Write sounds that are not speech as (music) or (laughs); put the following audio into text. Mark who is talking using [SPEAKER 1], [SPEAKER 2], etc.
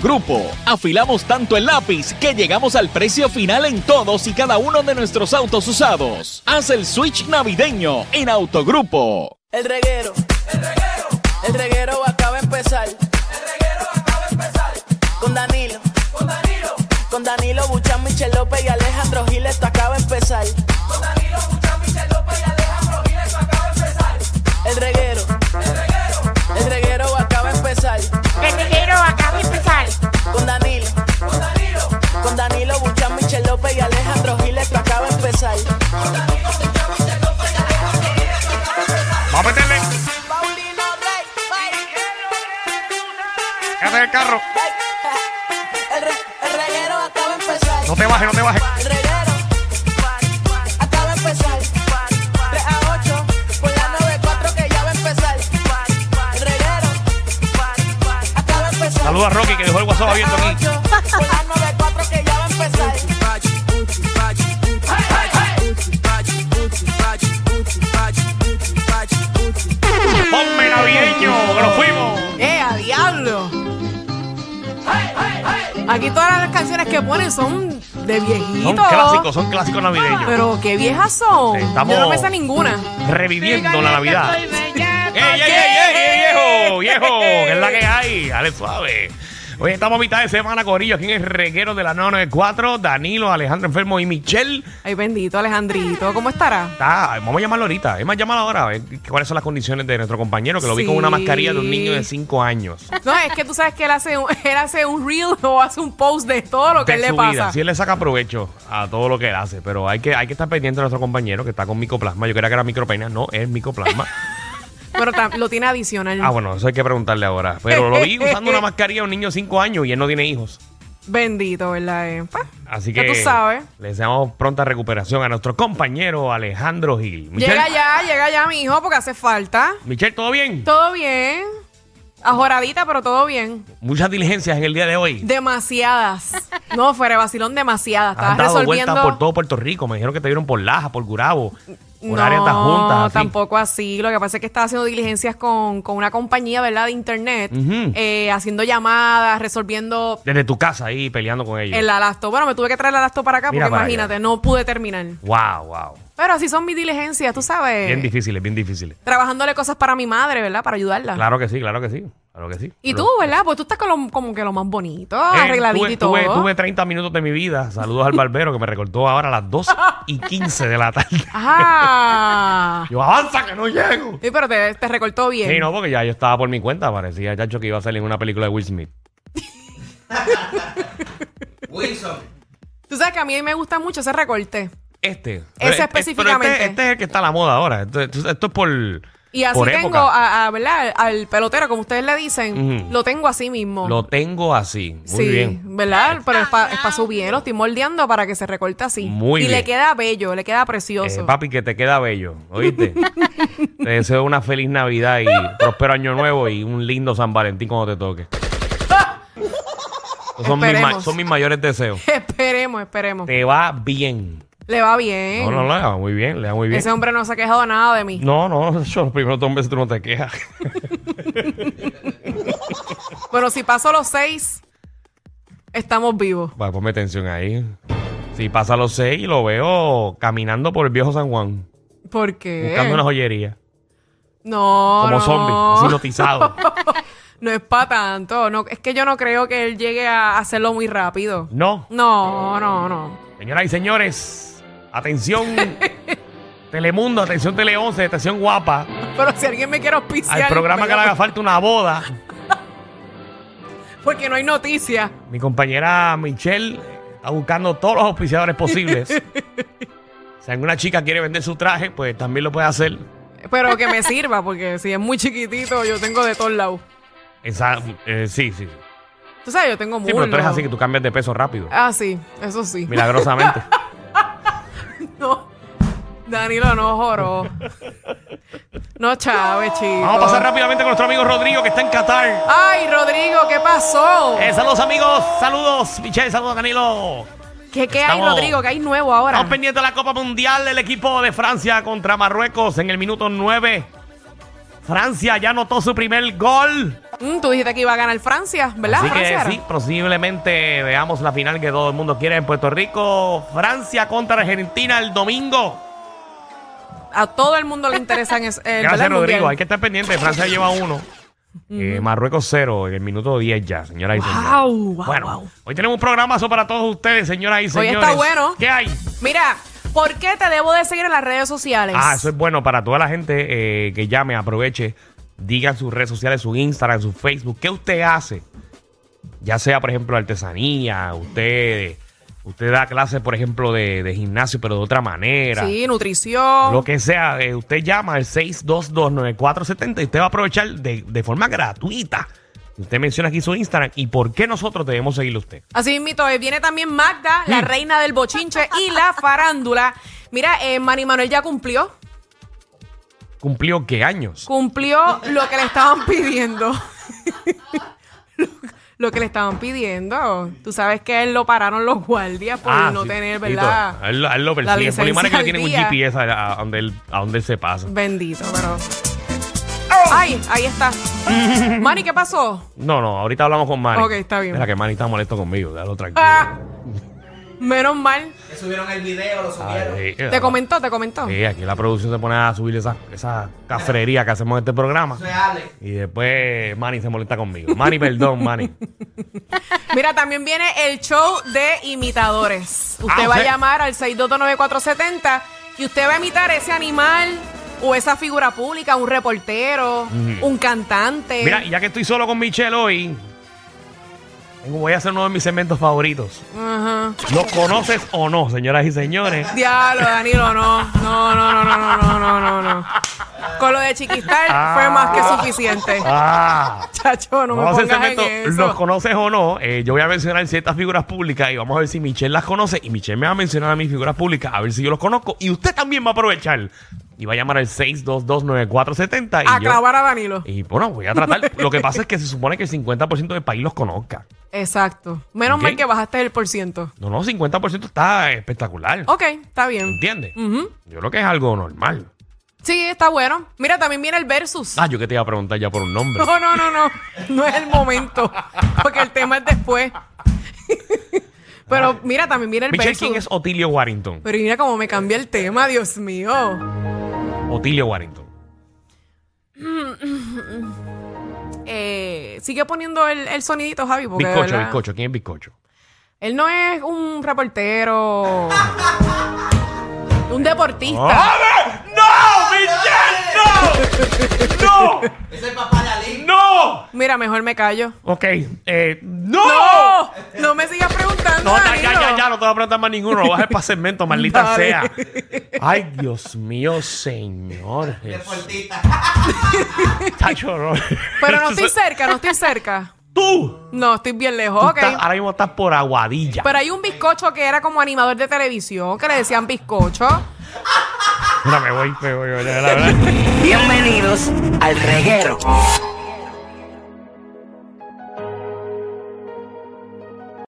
[SPEAKER 1] Grupo, afilamos tanto el lápiz que llegamos al precio final en todos y cada uno de nuestros autos usados. Haz el switch navideño en Autogrupo.
[SPEAKER 2] El reguero. El reguero. El reguero acaba de empezar. El reguero acaba de empezar. Con Danilo. Con Danilo. Con Danilo Buchan, Michel López y Alejandro Giles, esto acaba de empezar. Con Danilo Buchan, Michel López y Alejandro Giles, esto acaba de empezar. El reguero. El reguero. El reguero acaba de empezar.
[SPEAKER 3] El reguero acaba de empezar.
[SPEAKER 2] Con Danilo. Con Danilo. Con Danilo Buchan, Michel López y Alejandro Giles, esto acaba de empezar.
[SPEAKER 4] Vamos a meterle.
[SPEAKER 2] Paulino
[SPEAKER 4] Quédate en el carro.
[SPEAKER 2] El, re- el reguero acaba de empezar.
[SPEAKER 4] No te bajes, no te bajes.
[SPEAKER 2] El reguero acaba de empezar. 3 a 8 por la 94 que ya va a empezar. El reguero acaba de empezar.
[SPEAKER 4] Saluda a Rocky que dejó el WhatsApp abierto aquí.
[SPEAKER 2] 3 a 8 por la 94 que ya va a empezar. Hey, hey, hey.
[SPEAKER 4] Ponme navideño, que nos fuimos.
[SPEAKER 5] ¡Eh, a diablo! Aquí todas las canciones que ponen son de viejitos.
[SPEAKER 4] Son clásicos, son clásicos navideños.
[SPEAKER 5] Pero qué viejas son.
[SPEAKER 4] Sí, estamos-
[SPEAKER 5] Yo no me sé ninguna.
[SPEAKER 4] Reviviendo la Navidad. (laughs) ¡Ey, ey, ey, ey, ey, viejo! ¡Viejo! ¿Qué es la que hay? Dale suave. Hoy estamos a mitad de semana, Corillo, aquí en el reguero de la 994. Danilo, Alejandro Enfermo y Michelle.
[SPEAKER 5] Ay, bendito, Alejandrito. ¿Cómo estará?
[SPEAKER 4] Está, vamos a llamarlo ahorita. Es más, llámalo ahora a ver cuáles son las condiciones de nuestro compañero que lo vi con
[SPEAKER 5] Sí.
[SPEAKER 4] una mascarilla de un niño de 5 años.
[SPEAKER 5] No, es que tú sabes que él hace un, (laughs) él hace un reel o hace un post de todo (laughs) lo que
[SPEAKER 4] de
[SPEAKER 5] él le
[SPEAKER 4] su vida.
[SPEAKER 5] pasa.
[SPEAKER 4] Si él le saca provecho a todo lo que él hace, pero hay que, hay que estar pendiente de nuestro compañero que está con micoplasma. Yo creía que era micropenia, no, es
[SPEAKER 5] (laughs)
[SPEAKER 4] micoplasma.
[SPEAKER 5] Pero tam- lo tiene adicional.
[SPEAKER 4] ah, bueno, eso hay que preguntarle ahora. Pero lo
[SPEAKER 5] (laughs)
[SPEAKER 4] vi usando una mascarilla a un niño de 5 años y él no tiene hijos.
[SPEAKER 5] Bendito, ¿verdad? eh? Pa.
[SPEAKER 4] Así
[SPEAKER 5] Ya
[SPEAKER 4] que
[SPEAKER 5] tú sabes.
[SPEAKER 4] le deseamos pronta recuperación a nuestro compañero Alejandro Gil. Michelle,
[SPEAKER 5] Llega ya, llega ya, mi hijo, porque hace falta.
[SPEAKER 4] Michelle, ¿todo bien?
[SPEAKER 5] Todo bien. Ajoradita, pero todo bien.
[SPEAKER 4] Muchas diligencias en el día de hoy.
[SPEAKER 5] Demasiadas. No, fuera de vacilón, demasiadas.
[SPEAKER 4] Han
[SPEAKER 5] Estabas
[SPEAKER 4] dado
[SPEAKER 5] resolviendo.
[SPEAKER 4] vueltas por todo Puerto Rico. Me dijeron que te vieron por Laja, por Gurabo, por áreas tan
[SPEAKER 5] No,
[SPEAKER 4] juntas. así.
[SPEAKER 5] tampoco así. Lo que pasa es que estaba haciendo diligencias con, con una compañía, ¿verdad? De internet,
[SPEAKER 4] Ujú.
[SPEAKER 5] eh, haciendo llamadas, resolviendo
[SPEAKER 4] Desde tu casa ahí peleando con ellos.
[SPEAKER 5] el alasto. Bueno, me tuve que traer el alasto para acá
[SPEAKER 4] Mira
[SPEAKER 5] porque
[SPEAKER 4] para
[SPEAKER 5] imagínate,
[SPEAKER 4] allá.
[SPEAKER 5] no pude terminar.
[SPEAKER 4] Wow, wow.
[SPEAKER 5] Pero así son mis diligencias, tú sabes.
[SPEAKER 4] Bien difíciles, bien difíciles.
[SPEAKER 5] Trabajándole cosas para mi madre, ¿verdad? Para ayudarla.
[SPEAKER 4] Claro que sí, claro que sí. Claro que sí.
[SPEAKER 5] Ah. Y
[SPEAKER 4] Lo-
[SPEAKER 5] tú, ¿verdad? Pues tú estás con lo- como que lo más bonito,
[SPEAKER 4] Eh,
[SPEAKER 5] arregladito
[SPEAKER 4] tuve,
[SPEAKER 5] y todo.
[SPEAKER 4] tuve- tuve 30 minutos de mi vida. Saludos al barbero que me recortó ahora a las 2 y 15 de la
[SPEAKER 5] (laughs)
[SPEAKER 4] tarde.
[SPEAKER 5] Ajá.
[SPEAKER 4] (laughs) Yo avanza que no llego.
[SPEAKER 5] Sí, pero te, te recortó bien.
[SPEAKER 4] Sí, no, porque ya yo estaba por mi cuenta. Parecía, chacho, que iba a salir en una película de Will Smith.
[SPEAKER 5] Tú sabes que a mí me gusta mucho ese recorte.
[SPEAKER 4] Este. Ese
[SPEAKER 5] específicamente.
[SPEAKER 4] este, este es el que está a la moda ahora. Esto, esto- esto es por.
[SPEAKER 5] Y así
[SPEAKER 4] por
[SPEAKER 5] tengo
[SPEAKER 4] época.
[SPEAKER 5] a, a- ¿verdad? al pelotero, como ustedes le dicen,
[SPEAKER 4] Ujú.
[SPEAKER 5] lo tengo así mismo.
[SPEAKER 4] Lo tengo así. Muy
[SPEAKER 5] sí,
[SPEAKER 4] bien.
[SPEAKER 5] ¿verdad? Pero es para su bien, lo estoy moldeando para que se recorte así.
[SPEAKER 4] Muy
[SPEAKER 5] y
[SPEAKER 4] bien.
[SPEAKER 5] le queda bello, le queda
[SPEAKER 4] Eh,
[SPEAKER 5] precioso.
[SPEAKER 4] papi, que te queda bello.
[SPEAKER 5] (laughs)
[SPEAKER 4] ¿Oíste? te deseo una feliz Navidad y próspero año nuevo y un lindo San Valentín cuando te
[SPEAKER 5] (laughs)
[SPEAKER 4] toque. Esos son, mis, ma-
[SPEAKER 5] Esperemos.
[SPEAKER 4] son mis mayores deseos.
[SPEAKER 5] (laughs) esperemos, esperemos.
[SPEAKER 4] Te va bien.
[SPEAKER 5] Le va bien.
[SPEAKER 4] No, no, no, le va muy bien, le va muy bien.
[SPEAKER 5] Ese hombre no se ha quejado nada de mí.
[SPEAKER 4] No, no, yo los primeros dos meses tú no te quejas. (laughs)
[SPEAKER 5] Bueno, si paso los seis, estamos vivos.
[SPEAKER 4] Vale, ponme tensión ahí. Si pasa los seis, lo veo caminando por el viejo San Juan,
[SPEAKER 5] ¿Por qué?
[SPEAKER 4] buscando una joyería.
[SPEAKER 5] no,
[SPEAKER 4] Como
[SPEAKER 5] no.
[SPEAKER 4] zombie, así
[SPEAKER 5] (laughs)
[SPEAKER 4] hipnotizado.
[SPEAKER 5] No es para tanto. No, es que yo no creo que él llegue a hacerlo muy rápido.
[SPEAKER 4] No,
[SPEAKER 5] No, no, no.
[SPEAKER 4] Señoras y señores, atención Telemundo, atención Tele 11, atención Guapa,
[SPEAKER 5] Pero si alguien me quiere
[SPEAKER 4] al
[SPEAKER 5] auspiciar.
[SPEAKER 4] programa que le
[SPEAKER 5] ¿verdad?
[SPEAKER 4] haga falta una boda.
[SPEAKER 5] Porque no hay noticias.
[SPEAKER 4] Mi compañera Michelle está buscando todos los auspiciadores posibles. Si alguna chica quiere vender su traje, pues también lo puede hacer.
[SPEAKER 5] Pero que me sirva, porque si es muy chiquitito, yo tengo de todos lados.
[SPEAKER 4] Esa, eh, sí, sí. Sí,
[SPEAKER 5] Tú sabes, yo tengo mucho.
[SPEAKER 4] pero tú eres así que tú cambias de peso rápido.
[SPEAKER 5] Ah, sí, eso sí.
[SPEAKER 4] Milagrosamente.
[SPEAKER 5] (laughs) No. Danilo
[SPEAKER 4] (laughs)
[SPEAKER 5] no joró. No, Chávez, chico.
[SPEAKER 4] Vamos a pasar rápidamente con nuestro amigo Rodrigo que está en Qatar.
[SPEAKER 5] Ay, Rodrigo, ¿qué pasó?
[SPEAKER 4] Eh, saludos amigos, saludos Michelle, saludos Danilo.
[SPEAKER 5] ¿Qué, qué hay,
[SPEAKER 4] estamos-
[SPEAKER 5] Rodrigo? ¿Qué hay nuevo ahora?
[SPEAKER 4] Estamos pendientes de la Copa Mundial del equipo de Francia contra Marruecos en el minuto 9. Francia ya anotó su primer gol.
[SPEAKER 5] Mm, tú dijiste que iba a ganar Francia, ¿verdad?
[SPEAKER 4] Así
[SPEAKER 5] Francia
[SPEAKER 4] que
[SPEAKER 5] era.
[SPEAKER 4] sí, posiblemente veamos la final que todo el mundo quiere en Puerto Rico. Francia contra Argentina el domingo.
[SPEAKER 5] A todo el mundo le interesan es, el, ¿verdad?
[SPEAKER 4] Gracias,
[SPEAKER 5] el
[SPEAKER 4] Rodrigo. Hay
[SPEAKER 5] mundial.
[SPEAKER 4] que estar pendiente. Francia lleva uno. Eh, Marruecos cero en el minuto 10 ya, señoras y señores.
[SPEAKER 5] Guau, guau,
[SPEAKER 4] bueno,
[SPEAKER 5] guau.
[SPEAKER 4] hoy tenemos un programazo para todos ustedes, señoras y
[SPEAKER 5] Hoy
[SPEAKER 4] señores.
[SPEAKER 5] está bueno.
[SPEAKER 4] ¿Qué hay?
[SPEAKER 5] Mira, ¿por qué te debo de seguir en las redes sociales?
[SPEAKER 4] Ah, eso es bueno para toda la gente eh, que llame, aproveche, digan sus redes sociales, su Instagram, su Facebook, qué usted hace. Ya sea, por ejemplo, artesanía, usted, usted da clases, por ejemplo, de, de gimnasio, pero de otra manera.
[SPEAKER 5] Sí, nutrición.
[SPEAKER 4] Lo que sea, eh, usted llama al 6229470 y usted va a aprovechar de, de forma gratuita. Usted menciona aquí su Instagram y por qué nosotros debemos seguirlo a usted.
[SPEAKER 5] Así mismito, eh, viene también Magda, la reina del bochinche y la farándula. Mira, eh, Manny Manuel ya cumplió.
[SPEAKER 4] ¿Cumplió qué años?
[SPEAKER 5] Cumplió lo que le estaban pidiendo. (laughs) Lo- lo que le estaban pidiendo. Tú sabes que a él lo pararon los guardias por
[SPEAKER 4] Ah,
[SPEAKER 5] no
[SPEAKER 4] sí,
[SPEAKER 5] tener,
[SPEAKER 4] sí,
[SPEAKER 5] ¿verdad?
[SPEAKER 4] todo. A él, lo- a él lo
[SPEAKER 5] La
[SPEAKER 4] persiguen.
[SPEAKER 5] licencia
[SPEAKER 4] Polimara que le
[SPEAKER 5] al
[SPEAKER 4] tienen un
[SPEAKER 5] día.
[SPEAKER 4] GPS a, a donde él, a donde él se pasa.
[SPEAKER 5] Bendito, pero.
[SPEAKER 4] ¡Oh!
[SPEAKER 5] ¡Ay! Ahí está. Manny, ¿qué pasó?
[SPEAKER 4] No, no, ahorita hablamos con Manny.
[SPEAKER 5] Ok, está bien.
[SPEAKER 4] Mira que Manny está molesto conmigo, déjalo tranquilo.
[SPEAKER 5] Ah, Menos mal.
[SPEAKER 4] Ay, eh,
[SPEAKER 5] Te comentó, te comentó.
[SPEAKER 4] Sí, aquí la producción se pone a subir esa, esa cafrería que hacemos en este programa. Y después Manny se molesta conmigo. Manny, perdón,
[SPEAKER 5] (laughs)
[SPEAKER 4] Manny.
[SPEAKER 5] Eh. Mira, también viene el show de imitadores. Usted
[SPEAKER 4] Ah,
[SPEAKER 5] va a
[SPEAKER 4] sí.
[SPEAKER 5] llamar al 6229470 y usted va a imitar ese animal o esa figura pública, un reportero, un cantante.
[SPEAKER 4] Mira, ya que estoy solo con Michelle hoy, tengo- voy a hacer uno de mis segmentos favoritos.
[SPEAKER 5] Ajá.
[SPEAKER 4] ¿Lo conoces o no, señoras y
[SPEAKER 5] (laughs)
[SPEAKER 4] señores?
[SPEAKER 5] Diablo, Danilo, no. No, no, no, no, no, no, no, no, no. Con lo de Chiquistar
[SPEAKER 4] Ah.
[SPEAKER 5] fue más que suficiente.
[SPEAKER 4] Ah.
[SPEAKER 5] Chacho, no me
[SPEAKER 4] vamos a hacer
[SPEAKER 5] pongas en
[SPEAKER 4] segmento, los
[SPEAKER 5] eso.
[SPEAKER 4] conoces o no. Eh, yo voy a mencionar ciertas figuras públicas y vamos a ver si Michelle las conoce. Y Michelle me va a mencionar a mis figuras públicas, a ver si yo los conozco. Y usted también va a aprovechar. Y va a llamar al 6229470.
[SPEAKER 5] A
[SPEAKER 4] Y, yo-
[SPEAKER 5] clavar a Danilo.
[SPEAKER 4] y bueno, voy a
[SPEAKER 5] (laughs)
[SPEAKER 4] tratar. Lo que pasa es que se supone que el 50% del país los conozca.
[SPEAKER 5] Exacto. Menos
[SPEAKER 4] Ok.
[SPEAKER 5] mal que bajaste el por ciento.
[SPEAKER 4] No, no, 50% está espectacular.
[SPEAKER 5] Ok, está bien.
[SPEAKER 4] ¿Entiendes?
[SPEAKER 5] Ujú.
[SPEAKER 4] Yo creo que es algo normal.
[SPEAKER 5] Sí, está bueno. Mira, también viene el versus.
[SPEAKER 4] Ah, yo que te iba a preguntar ya por un nombre.
[SPEAKER 5] (laughs) No, no, no, no. No es el momento. Porque el tema es después. (laughs) Pero mira, también viene el Pues,
[SPEAKER 4] Michelle,
[SPEAKER 5] versus.
[SPEAKER 4] ¿quién es Otilio Warrington?
[SPEAKER 5] Pero mira cómo me cambia el tema, Dios mío.
[SPEAKER 4] Otilio Warrington.
[SPEAKER 5] Eh, sigue poniendo el, el sonidito, Javi. Porque de
[SPEAKER 4] Bizcocho,
[SPEAKER 5] verdad-
[SPEAKER 4] bizcocho. ¿Quién es bizcocho?
[SPEAKER 5] Él no es un reportero. un deportista.
[SPEAKER 4] ¡Hombre! ¡No, Michelle! ¡No! ¡No! ¡Es el papá de ¡No!
[SPEAKER 5] Mira, mejor me callo.
[SPEAKER 4] Ok, eh, ¡no!
[SPEAKER 5] ¡No! No me sigas preguntando.
[SPEAKER 4] No, ya, ya,
[SPEAKER 5] Danilo.
[SPEAKER 4] ya, ya, no te voy a preguntar más ninguno. Lo vas a ir para segmento, maldita
[SPEAKER 5] Dale.
[SPEAKER 4] sea. Ay, Dios mío, señor. Deportista. (laughs) Chacho, no. (laughs)
[SPEAKER 5] Pero no estoy cerca, no estoy cerca.
[SPEAKER 4] Tú.
[SPEAKER 5] No, estoy bien lejos.
[SPEAKER 4] tú
[SPEAKER 5] ok.
[SPEAKER 4] estás- ahora mismo estás por aguadilla.
[SPEAKER 5] Pero hay un bizcocho que era como animador de televisión, que le decían bizcocho.
[SPEAKER 4] Mira, me voy, me voy, me voy, la verdad.
[SPEAKER 2] Bienvenidos al reguero.